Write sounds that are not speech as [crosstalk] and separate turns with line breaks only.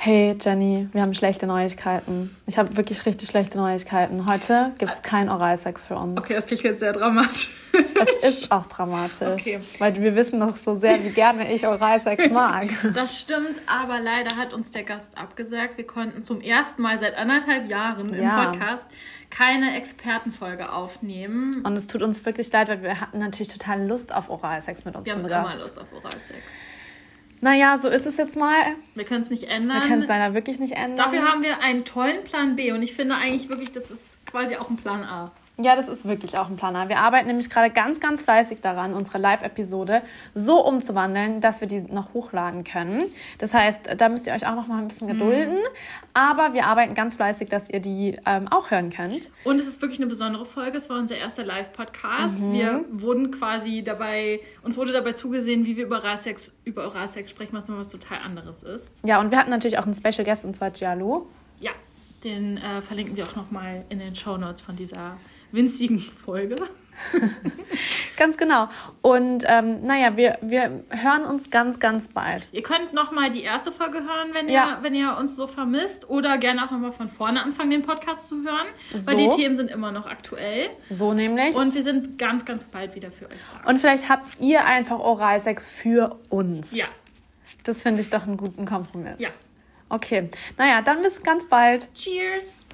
Hey Jenny, wir haben schlechte Neuigkeiten. Ich habe wirklich richtig schlechte Neuigkeiten. Heute gibt es keinen Oralsex für uns.
Ah. Okay, das klingt jetzt sehr dramatisch.
Es ist auch dramatisch,
Okay.
weil wir wissen doch so sehr, wie gerne ich Oralsex mag.
Das stimmt, aber leider hat uns der Gast abgesagt. Wir konnten zum ersten Mal seit anderthalb Jahren
Ja.
im Podcast keine Expertenfolge aufnehmen.
Und es tut uns wirklich leid, weil wir hatten natürlich total Lust auf Oralsex mit
Wir haben
unserem
immer
Gast.
Lust auf Oralsex.
Naja, so ist es jetzt mal.
Wir können es nicht
Wir können
ändern.
es leider wirklich nicht ändern.
Dafür haben wir einen tollen Plan B und ich finde eigentlich wirklich, das ist quasi auch ein Plan A.
Ja, das ist wirklich auch ein Planer. Wir arbeiten nämlich gerade ganz, ganz fleißig daran, unsere Live-Episode so umzuwandeln, dass wir die noch hochladen können. Das heißt, da müsst ihr euch auch noch mal ein
Mhm.
bisschen gedulden. Aber wir arbeiten ganz fleißig, dass ihr die ähm, auch hören könnt.
Und es ist wirklich eine besondere Folge. Es war unser erster Live-Podcast. Wir wurden quasi dabei, uns wurde dabei zugesehen, wie wir über Oralsex, über Oralsex sprechen, was nur was total anderes ist.
Ja, und wir hatten natürlich auch einen Special Guest, und zwar Giallo.
Ja, den äh, verlinken wir auch nochmal in den Show Notes von dieser winzigen [laughs] Folge.
Ganz genau. Und ähm, naja, wir, wir hören uns ganz, ganz bald.
Ihr könnt nochmal die erste Folge hören, wenn,
Ja.
ihr, wenn ihr uns so vermisst. Oder gerne auch nochmal von vorne anfangen, den Podcast zu hören.
So.
Weil die Themen sind immer noch aktuell.
So nämlich. Und,
Und wir sind ganz, ganz bald wieder für euch da.
vielleicht habt ihr einfach Oralsex für uns.
Ja,
Das finde ich doch einen guten Kompromiss.
Ja.
Okay. Naja, dann bis ganz bald.
cheers!